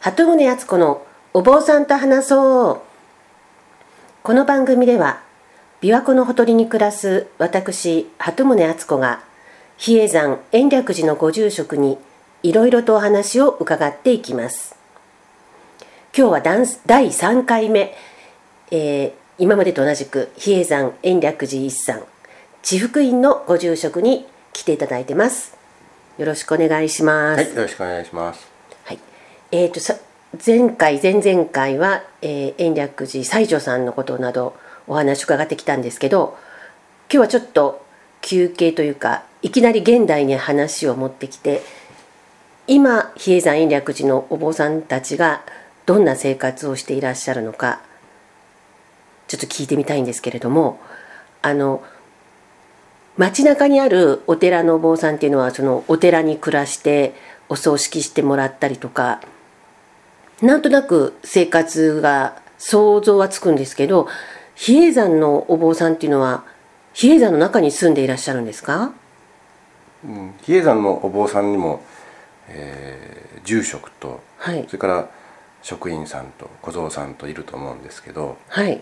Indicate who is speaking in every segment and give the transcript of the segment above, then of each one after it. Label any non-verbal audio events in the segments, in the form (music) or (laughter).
Speaker 1: 鳩宗敦子のお坊さんと話そうこの番組では琵琶湖のほとりに暮らす私鳩宗敦子が比叡山延暦寺のご住職にいろいろとお話を伺っていきます今日はダンス第3回目、えー今までと同じく比叡山延暦寺一山地福院のご住職に来ていただいてますよろしくお願いします、
Speaker 2: はい、よろしくお願いします。
Speaker 1: はい、えー、とさ前回前々回は、えー、延暦寺西条さんのことなどお話伺ってきたんですけど今日はちょっと休憩というかいきなり現代に話を持ってきて今比叡山延暦寺のお坊さんたちがどんな生活をしていらっしゃるのかちょっと聞いてみたいんですけれどもあの街中にあるお寺のお坊さんっていうのはそのお寺に暮らしてお葬式してもらったりとかなんとなく生活が想像はつくんですけど比叡山のお坊さんっていうのは比叡山の中に住んでいらっしゃるんですか
Speaker 2: うん比叡山のお坊さんにも、えー住職と、
Speaker 1: はい
Speaker 2: それから職員さんと小僧さんといると思うんですけど、
Speaker 1: はい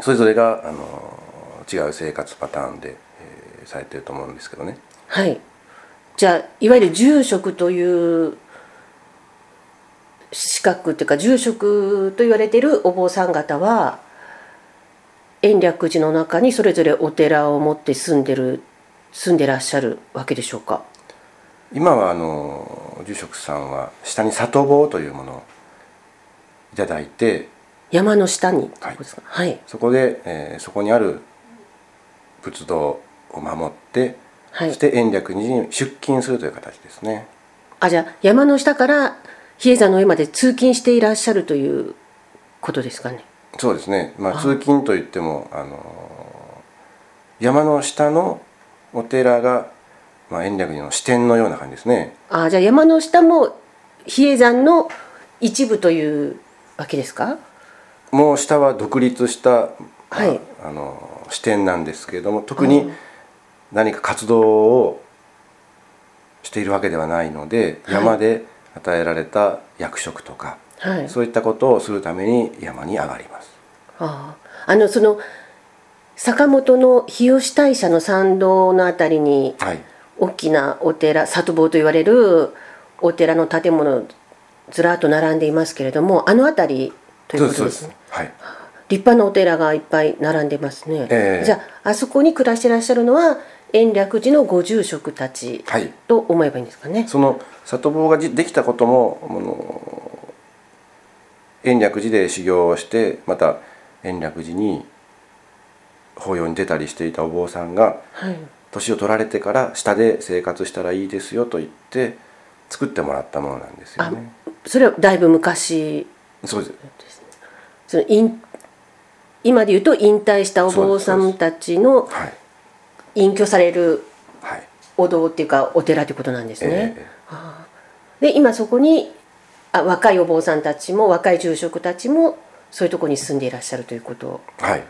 Speaker 2: それぞれがあのー違う生活パターンで、えーされてると思うんですけどね。
Speaker 1: はいじゃあいわゆる住職という資格というか住職と言われているお坊さん方は延暦寺の中にそれぞれお寺を持って住んでる住んでらっしゃるわけでしょうか
Speaker 2: 今はあのー住職さんは下に里坊というものをいただいて、
Speaker 1: 山の下にってことですかはい
Speaker 2: そこで、えーそこにある仏道を守って、
Speaker 1: はい
Speaker 2: そして延暦寺に出勤するという形ですね。
Speaker 1: あじゃあ山の下から比叡山の上まで通勤していらっしゃるということですかね
Speaker 2: そうですね、まあ、通勤といってもあのー山の下のお寺が、まあ、延暦寺の支店のような感じですね
Speaker 1: あじゃあ山の下も比叡山の一部というわけですか
Speaker 2: もう下は独立した、まあ
Speaker 1: はい
Speaker 2: あのー支店なんですけれども特に何か活動をしているわけではないので、
Speaker 1: はい
Speaker 2: 山で与えられた役職とか、
Speaker 1: はい
Speaker 2: そういったことをするために山に上がります。
Speaker 1: あああのその坂本の日吉大社の参道のあたりに
Speaker 2: はい
Speaker 1: 大きなお寺里坊と言われるお寺の建物ずらっと並んでいますけれどもあの辺りということ
Speaker 2: そう
Speaker 1: で
Speaker 2: ですす
Speaker 1: ね
Speaker 2: そうですはい
Speaker 1: 立派なお寺がいっぱい並んでますね、
Speaker 2: ええ
Speaker 1: じゃああそこに暮らしてらっしゃるのは延暦寺のご住職たち
Speaker 2: はい
Speaker 1: と思えばいいんですかね、
Speaker 2: その里坊がじできたこともあの延暦寺で修行をしてまた延暦寺に法要に出たりしていたお坊さんが
Speaker 1: はい
Speaker 2: 年を取られてから下で生活したらいいですよと言って作ってもらったものなんですよ
Speaker 1: あ
Speaker 2: ね。
Speaker 1: それはだいぶ昔
Speaker 2: そうです
Speaker 1: ですねその引今で言うと引退したお坊さんたちの
Speaker 2: はい
Speaker 1: 隠居される
Speaker 2: はい、
Speaker 1: お堂っていうかお寺ということなんですね、
Speaker 2: え
Speaker 1: で今そこにあ若いお坊さんたちも若い住職たちもそういうところに住んでいらっしゃるということ
Speaker 2: えはい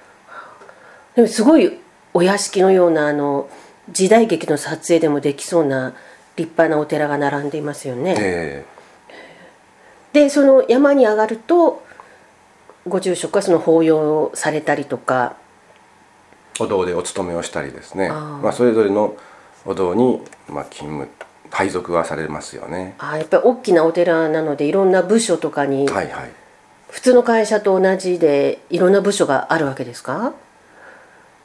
Speaker 1: でもすごいお屋敷のようなあの時代劇の撮影でもできそうな立派なお寺が並んでいますよね。
Speaker 2: え
Speaker 1: でその山に上がるとご住職はその法要をされたりとか
Speaker 2: えお堂でお勤めをしたりですね
Speaker 1: あー
Speaker 2: まあ、それぞれのお堂に、まあ、勤務配属はされますよね。
Speaker 1: あーやっぱり大きなお寺なのでいろんな部署とかに、
Speaker 2: はいはい
Speaker 1: 普通の会社と同じでいろんな部署があるわけですか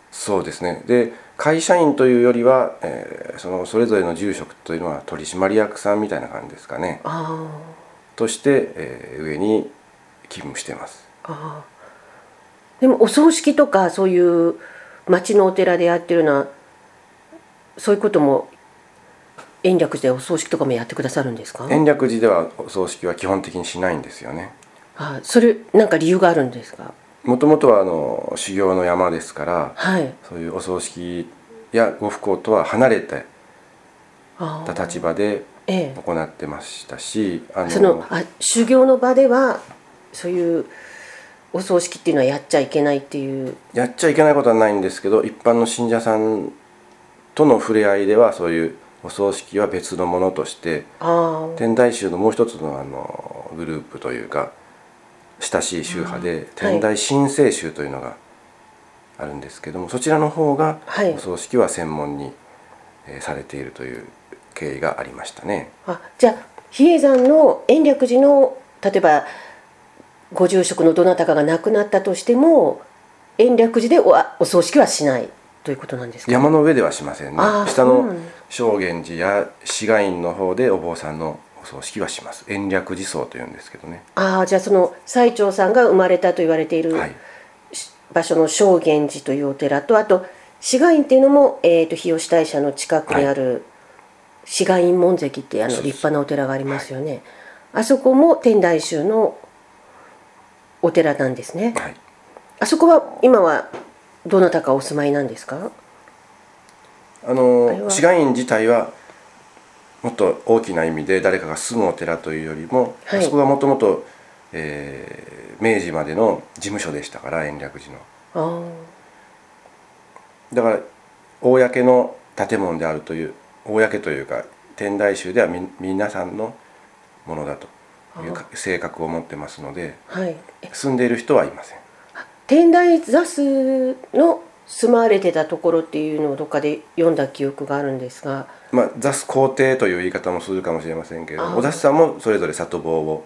Speaker 2: そうですねで会社員というよりは、えーそのそれぞれの住職というのは取締役さんみたいな感じですかね
Speaker 1: あー
Speaker 2: として、えー上に勤務してます
Speaker 1: あーでもお葬式とかそういう町のお寺でやってるのはそういうことも延暦寺でお葬式とかもやってくださるんですか
Speaker 2: 延暦寺ではお葬式は基本的にしないんですよね
Speaker 1: あーそれなんか理由があるんですか
Speaker 2: もともとはあの修行の山ですから
Speaker 1: はい
Speaker 2: そういうお葬式やご不幸とは離れて
Speaker 1: あー
Speaker 2: た立場で
Speaker 1: ええ
Speaker 2: 行ってましたしあ
Speaker 1: そのあ修行の場ではそういうお葬式っていうのはやっちゃいけないっていう
Speaker 2: やっちゃいけないことはないんですけど一般の信者さんとの触れ合いではそういうお葬式は別のものとして
Speaker 1: ああ
Speaker 2: 天台宗のもう一つのあのグループというか親しい宗派で
Speaker 1: うんはい
Speaker 2: 天台新聖宗というのがあるんですけどもそちらの方が
Speaker 1: はい
Speaker 2: お葬式は専門にえーされているという経緯がありましたね。
Speaker 1: あじゃあ比叡山の延暦寺の例えばご住職のどなたかが亡くなったとしても延暦寺でおあお葬式はしないということなんですか
Speaker 2: 山の上ではしませんね
Speaker 1: あーそ
Speaker 2: 下
Speaker 1: うな
Speaker 2: の
Speaker 1: んだ
Speaker 2: 正源寺や志賀院の方でお坊さんのお葬式はします延暦寺葬というんですけどね
Speaker 1: ああじゃあその最澄さんが生まれたと言われている
Speaker 2: はい
Speaker 1: 場所の正源寺というお寺とあと志賀院っていうのも、えー、と日吉大社の近くにある志賀院門跡っていうあの
Speaker 2: そう
Speaker 1: 立
Speaker 2: そ
Speaker 1: 派
Speaker 2: う
Speaker 1: なお寺がありますよね、あそこも天台宗のお寺なんですね、
Speaker 2: はい
Speaker 1: あそこは今はどなたかお住まいなんですか
Speaker 2: あ
Speaker 1: あれ
Speaker 2: の
Speaker 1: は
Speaker 2: 志賀院自体はもっと大きな意味で誰かが住むお寺というよりも、
Speaker 1: はい
Speaker 2: あそこがもともと、えー明治までの事務所でしたから延暦寺の
Speaker 1: あー
Speaker 2: だから公の建物であるという公というか天台宗ではみ皆さんのものだというか性格を持ってますので
Speaker 1: はいえ
Speaker 2: 住んでいる人はいません
Speaker 1: 天台座数の住まれてたところっていうのをどっかで読んだ記憶があるんですが
Speaker 2: まあ座す皇帝という言い方もするかもしれませんけれど
Speaker 1: あ
Speaker 2: も
Speaker 1: ー
Speaker 2: お座主さんもそれぞれ里坊を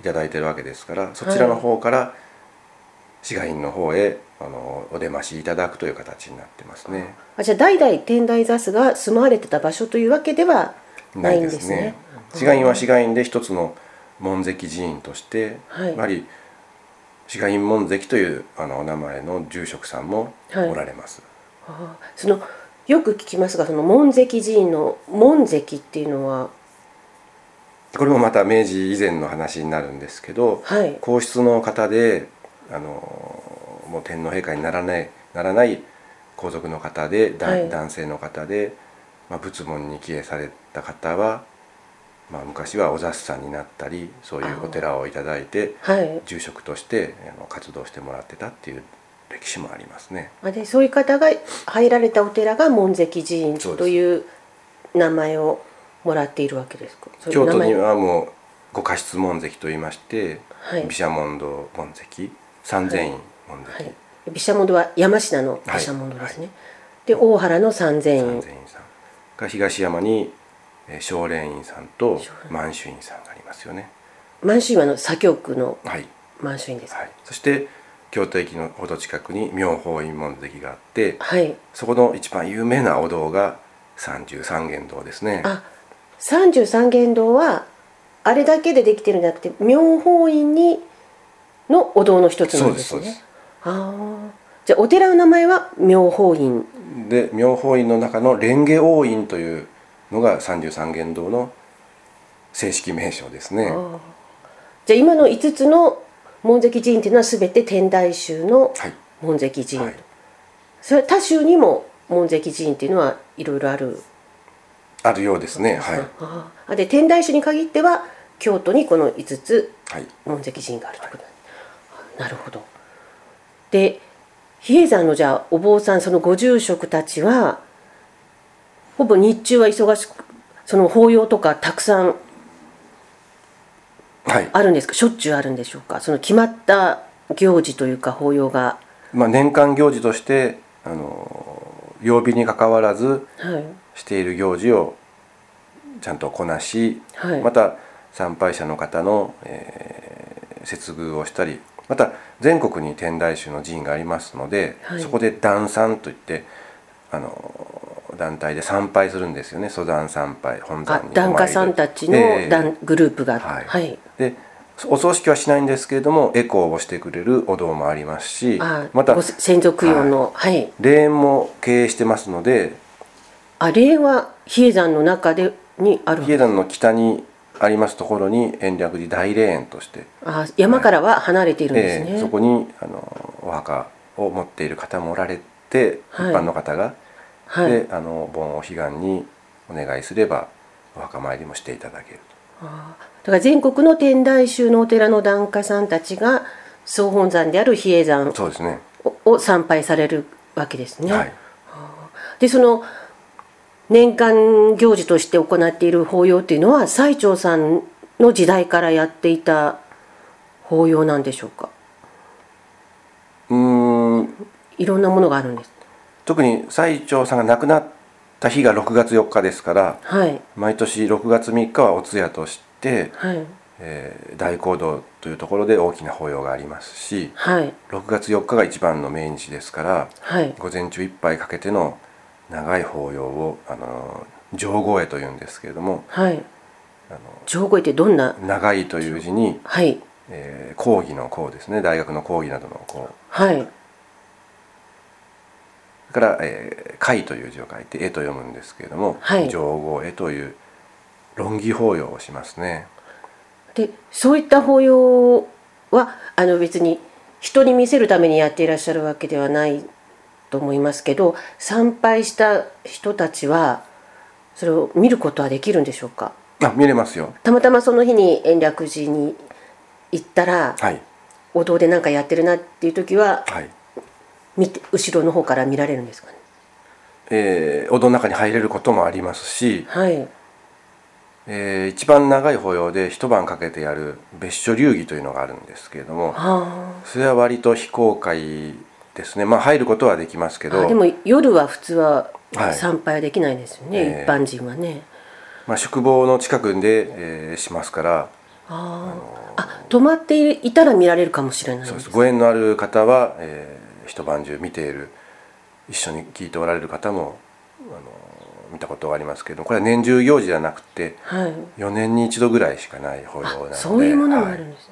Speaker 2: いただいてるわけですからそちらの方から志賀院の方へあのお出ましいただくという形になってますね。
Speaker 1: あじゃあ代々天台座数が住まわれてた場所というわけではないんですね。
Speaker 2: 志賀院は志賀院で一つの門跡寺院として、
Speaker 1: はい
Speaker 2: やはり志賀院門跡というあのお名前の住職さんも
Speaker 1: はい
Speaker 2: おられます。
Speaker 1: あーそのよく聞きますがその門跡寺院の門跡っていうのは
Speaker 2: これもまた明治以前の話になるんですけど、
Speaker 1: はい
Speaker 2: 皇室の方であのもう天皇陛下にならないならない皇族の方で、だ
Speaker 1: はい
Speaker 2: 男性の方で、まあ、仏門に帰依された方は、まあ、昔はお雑司さんになったりそういうお寺をいただいて
Speaker 1: はい
Speaker 2: 住職としてあの活動してもらってたっていう歴史もありますね。
Speaker 1: あでそういう方が入られたお寺が門跡寺院
Speaker 2: そうです
Speaker 1: という名前をもらっているわけですか。そういう
Speaker 2: 京
Speaker 1: 名
Speaker 2: 都
Speaker 1: 前
Speaker 2: にはもう五家室門跡といいまして、
Speaker 1: はい
Speaker 2: 毘沙門堂門跡三千院門跡、
Speaker 1: はい。毘沙門堂は山科の毘沙門堂ですね。で大原の三千
Speaker 2: 三
Speaker 1: 院。
Speaker 2: 千院さんが東山にえー少蓮院さんと満州院さんがありますよね
Speaker 1: 満州院はあの左京区の
Speaker 2: はい、
Speaker 1: 満州院です。
Speaker 2: はい、そして京都駅のほど近くに妙法院門跡があって
Speaker 1: はい。
Speaker 2: そこの一番有名なお堂が三十三間堂ですね
Speaker 1: あ、三十三間堂はあれだけでできてるんじゃなくて妙法院にのお堂の一つなんです
Speaker 2: そうですそうで
Speaker 1: ね
Speaker 2: す。
Speaker 1: ああ。じゃあお寺の名前は妙法院。
Speaker 2: で妙法院の中の蓮華王院というのが三十三間堂の正式名称ですねは
Speaker 1: じゃあ今の五つの門跡寺院っていうのは全て天台宗の
Speaker 2: い
Speaker 1: 門跡寺院、
Speaker 2: はい
Speaker 1: それは他宗にも門跡寺院っていうのはいろいろある
Speaker 2: あるようですねはい
Speaker 1: ああで天台宗に限っては京都にこの5つ
Speaker 2: はい
Speaker 1: 門跡寺院があるということなんです、あなるほどで比叡山のじゃあお坊さんそのご住職たちはほぼ日中は忙しくその法要とかたくさん
Speaker 2: はい
Speaker 1: あるんですかしょっちゅうあるんでしょうかその決まった行事というか法要が
Speaker 2: まあ、年間行事としてあの曜日にかかわらず
Speaker 1: はい
Speaker 2: している行事をちゃんとこなし、
Speaker 1: はい
Speaker 2: また参拝者の方の、えー接遇をしたりまた全国に天台宗の寺院がありますので、
Speaker 1: はい
Speaker 2: そこで団参といってあの団体で参拝するんですよね登山参拝
Speaker 1: あ
Speaker 2: 本山にお参り
Speaker 1: 檀家さんたちの
Speaker 2: ええ
Speaker 1: 団グループがは、
Speaker 2: はいいでお葬式はしないんですけれどもエコーをしてくれるお堂もありますし
Speaker 1: あ
Speaker 2: また
Speaker 1: ご先祖供養のはい、
Speaker 2: 霊園も経営してますので
Speaker 1: あれは比叡山の中でにある
Speaker 2: 比叡山の北にありますところに延暦寺大霊園として、
Speaker 1: あ山からは離れているんです
Speaker 2: え
Speaker 1: ね、
Speaker 2: えそこにあのお墓を持っている方もおられて、
Speaker 1: はい
Speaker 2: 一般の方が、
Speaker 1: はい
Speaker 2: であの盆を彼岸にお願いすればお墓参りもしていただける
Speaker 1: あだから全国の天台宗のお寺の檀家さんたちが総本山である比叡山
Speaker 2: とそうですね
Speaker 1: をを参拝されるわけですね、
Speaker 2: はい
Speaker 1: でその年間行事として行っている法要というのは最澄さんの時代からやっていた法要なんでしょうか
Speaker 2: うーん
Speaker 1: いろんなものがあるんです
Speaker 2: 特に最澄さんが亡くなった日が6月4日ですから
Speaker 1: はい
Speaker 2: 毎年6月3日はお通夜として、
Speaker 1: はい
Speaker 2: えー大講堂というところで大きな法要がありますし
Speaker 1: はい
Speaker 2: 6月4日が一番の命日ですから
Speaker 1: はい
Speaker 2: 午前中いっぱいかけての長い法要を、あのー上越えというんですけれども
Speaker 1: はい上越ってどんな
Speaker 2: 長いという字に、
Speaker 1: はい
Speaker 2: えー講義の講ですね大学の講義などの講
Speaker 1: はい
Speaker 2: それから「えー会」という字を書いて「絵」と読むんですけれども
Speaker 1: はい
Speaker 2: 上越絵」という論議法要をしますね。
Speaker 1: でそういった法要はあの別に人に見せるためにやっていらっしゃるわけではないと思いますけど参拝した人たちはそれを見ることはできるんでしょうか
Speaker 2: あ見れますよ。
Speaker 1: たまたまその日に延暦寺に行ったら、
Speaker 2: はい、
Speaker 1: お堂で何かやってるなっていう時は
Speaker 2: はい
Speaker 1: 見て後ろの方から見られるんですかね
Speaker 2: えーお堂の中に入れることもありますし、
Speaker 1: はい
Speaker 2: えー一番長い法要で一晩かけてやる別所流儀というのがあるんですけれども
Speaker 1: あ
Speaker 2: それは割と非公開ですねまあ入ることはできますけ
Speaker 1: ーあ
Speaker 2: ど
Speaker 1: でも夜は普通は
Speaker 2: はい
Speaker 1: 参拝はできないですよね、
Speaker 2: ええ
Speaker 1: 一般人はね
Speaker 2: まあ、宿坊の近くで、えーしますから
Speaker 1: あーあ泊まっていたら見られるかもしれないん
Speaker 2: そう
Speaker 1: で
Speaker 2: ですすご縁のある方は、えー一晩中見ている一緒に聞いておられる方も、あのー見たことがありますけれどもこれは年中行事じゃなくて
Speaker 1: はい
Speaker 2: 4年に一度ぐらいしかない法要なので
Speaker 1: そういうものがあるんです、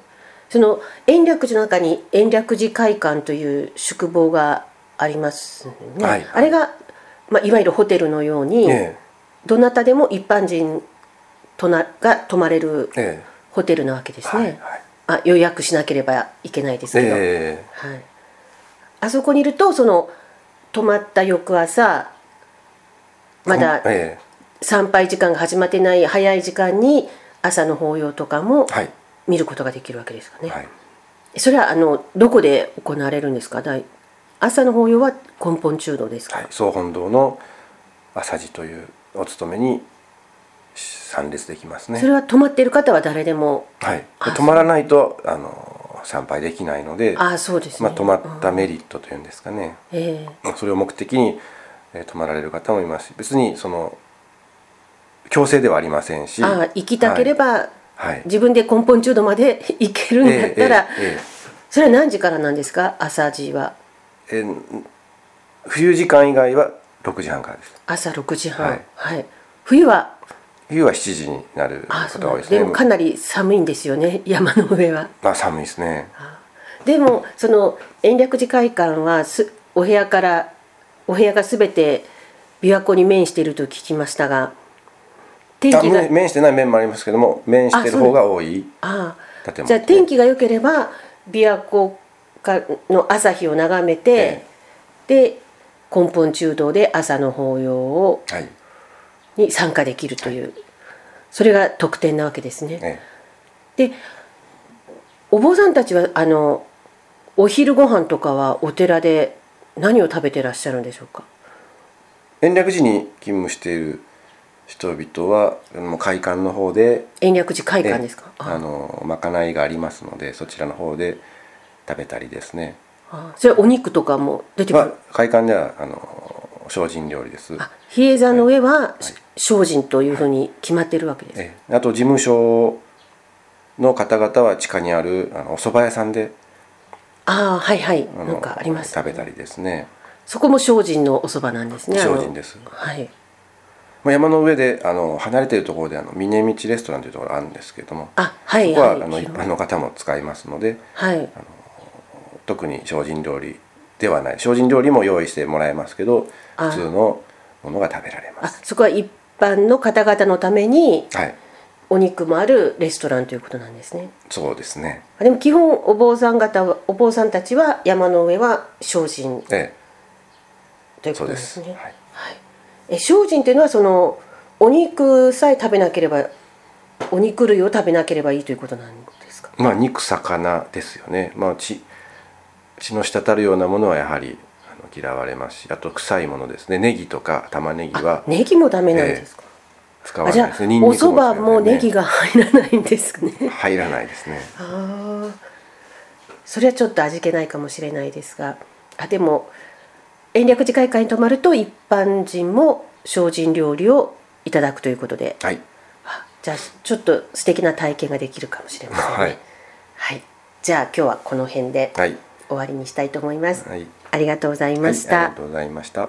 Speaker 1: その延暦寺の中に延暦寺会館という宿坊がありますね、
Speaker 2: はい
Speaker 1: あれが、まあ、いわゆるホテルのように、
Speaker 2: はいえ
Speaker 1: どなたでも一般人となが泊まれる
Speaker 2: ええ
Speaker 1: ホテルなわけで
Speaker 2: え
Speaker 1: す
Speaker 2: はい
Speaker 1: ね、
Speaker 2: はい
Speaker 1: あ予約しなければいけないですけど、
Speaker 2: え
Speaker 1: はい、あそこにいるとその泊まった翌朝
Speaker 2: え
Speaker 1: まだ
Speaker 2: こんえ
Speaker 1: 参拝時間が始まってない早い時間に朝の法要とかも
Speaker 2: えはい
Speaker 1: 見ることができるわけですかね、
Speaker 2: はい
Speaker 1: それはあのどこで行われるんですか大朝の法要は根本中道ですか、
Speaker 2: はい、総本堂の朝地というお勤めに参列できますね
Speaker 1: それは泊まっている方は誰でも
Speaker 2: はい、
Speaker 1: あ
Speaker 2: 泊まらないとあの参拝できないので
Speaker 1: ああそうですね、
Speaker 2: まあ、泊まった
Speaker 1: うん
Speaker 2: メリットというんですかね、
Speaker 1: え
Speaker 2: まあそれを目的に、えー泊まられる方もいますし別にその強制ではありません
Speaker 1: え
Speaker 2: し
Speaker 1: ああ行きたければ、
Speaker 2: はい、はい
Speaker 1: 自分で根本中度まで (laughs) 行けるんだったら、
Speaker 2: えええ
Speaker 1: それは何時からなんですか朝時は
Speaker 2: ええー冬時間以外は6時半からです
Speaker 1: 朝6時
Speaker 2: は
Speaker 1: 半
Speaker 2: い
Speaker 1: はい、冬は
Speaker 2: 冬は7時になる
Speaker 1: あ
Speaker 2: こ
Speaker 1: そう
Speaker 2: とが
Speaker 1: なん
Speaker 2: 多い
Speaker 1: で
Speaker 2: ですすね
Speaker 1: でもかなり寒いんですよね山の上は
Speaker 2: まあ、寒いですね
Speaker 1: でもその延暦寺会館はすお部屋からお部屋がすべて琵琶湖に面していると聞きましたが天
Speaker 2: あ
Speaker 1: 気が
Speaker 2: 面面してない面もありますけども面してる方が多い
Speaker 1: あ
Speaker 2: 建
Speaker 1: あ
Speaker 2: 物
Speaker 1: じゃあ天気が良ければ琵琶湖かの朝日を眺めて
Speaker 2: え、
Speaker 1: で根本中道で朝の法要を
Speaker 2: はい
Speaker 1: に参加できるという、それが特典なわけですね。
Speaker 2: え
Speaker 1: でお坊さんたちはあのお昼ご飯とかはお寺で何を食べてらっしゃるんでしょうか
Speaker 2: え延暦寺に勤務している人々はもう会館の方で
Speaker 1: 延暦寺会
Speaker 2: ええ
Speaker 1: 館ですか、あ
Speaker 2: あのまかないがありますのでそちらの方で食べたりですね、
Speaker 1: あそれお肉とかも出てく
Speaker 2: ま
Speaker 1: る、
Speaker 2: あ、会館ではあの精進料理です
Speaker 1: あ比叡山の上は、精進というふうに決まってるわけです、
Speaker 2: ええあと事務所の方々は地下にあるあのお蕎麦屋さんで
Speaker 1: ああはいはい
Speaker 2: あの
Speaker 1: なんかあります
Speaker 2: 食べたりですね
Speaker 1: そこも精進のおそばなんですねあの
Speaker 2: 精進です
Speaker 1: はい
Speaker 2: まあ山の上であの離れているところであの峰道レストランというところがあるんですけれども
Speaker 1: あはい
Speaker 2: そこは、
Speaker 1: はい
Speaker 2: あの一般の方も使いますので
Speaker 1: はい
Speaker 2: 特に精進料理ではない精進料理も用意してもらえますけど
Speaker 1: あ
Speaker 2: 普通のものが食べられま
Speaker 1: あ
Speaker 2: す
Speaker 1: そこは一般の方々のために
Speaker 2: はい
Speaker 1: お肉もあるレストランということなんですね
Speaker 2: そうですね
Speaker 1: あでも基本お坊さん方はお坊さんたちは山の上は精進
Speaker 2: え
Speaker 1: という
Speaker 2: え
Speaker 1: こ
Speaker 2: そ
Speaker 1: と
Speaker 2: う
Speaker 1: で
Speaker 2: です
Speaker 1: すね。
Speaker 2: はい、
Speaker 1: え精進というのはそのお肉さえ食べなければお肉類を食べなければいいということなんですか。
Speaker 2: まあ肉魚ですよねまあ血血の滴るようなものはやはりあの嫌われますしあと臭いものですねネギとか玉ねぎは
Speaker 1: ネギもダメなんですか。
Speaker 2: 使
Speaker 1: あ
Speaker 2: わない
Speaker 1: じ
Speaker 2: で
Speaker 1: ゃ
Speaker 2: す
Speaker 1: あ、
Speaker 2: ねニン
Speaker 1: お
Speaker 2: ニク
Speaker 1: 蕎
Speaker 2: も
Speaker 1: 麦もネギ
Speaker 2: が
Speaker 1: が入らないんですね (laughs)
Speaker 2: 入らないですね
Speaker 1: ああそれはちょっと味気ないかもしれないですがあでも延暦寺会館に泊まると一般人も精進料理をいただくということで
Speaker 2: はい
Speaker 1: あじゃあちょっと素敵な体験ができるかもしれませんね
Speaker 2: はい
Speaker 1: はい、じゃあ今日はこの辺で
Speaker 2: はい
Speaker 1: 終わりにしたいと思います、
Speaker 2: はい
Speaker 1: ありがとうございまし
Speaker 2: はいあ
Speaker 1: た
Speaker 2: りがとうございました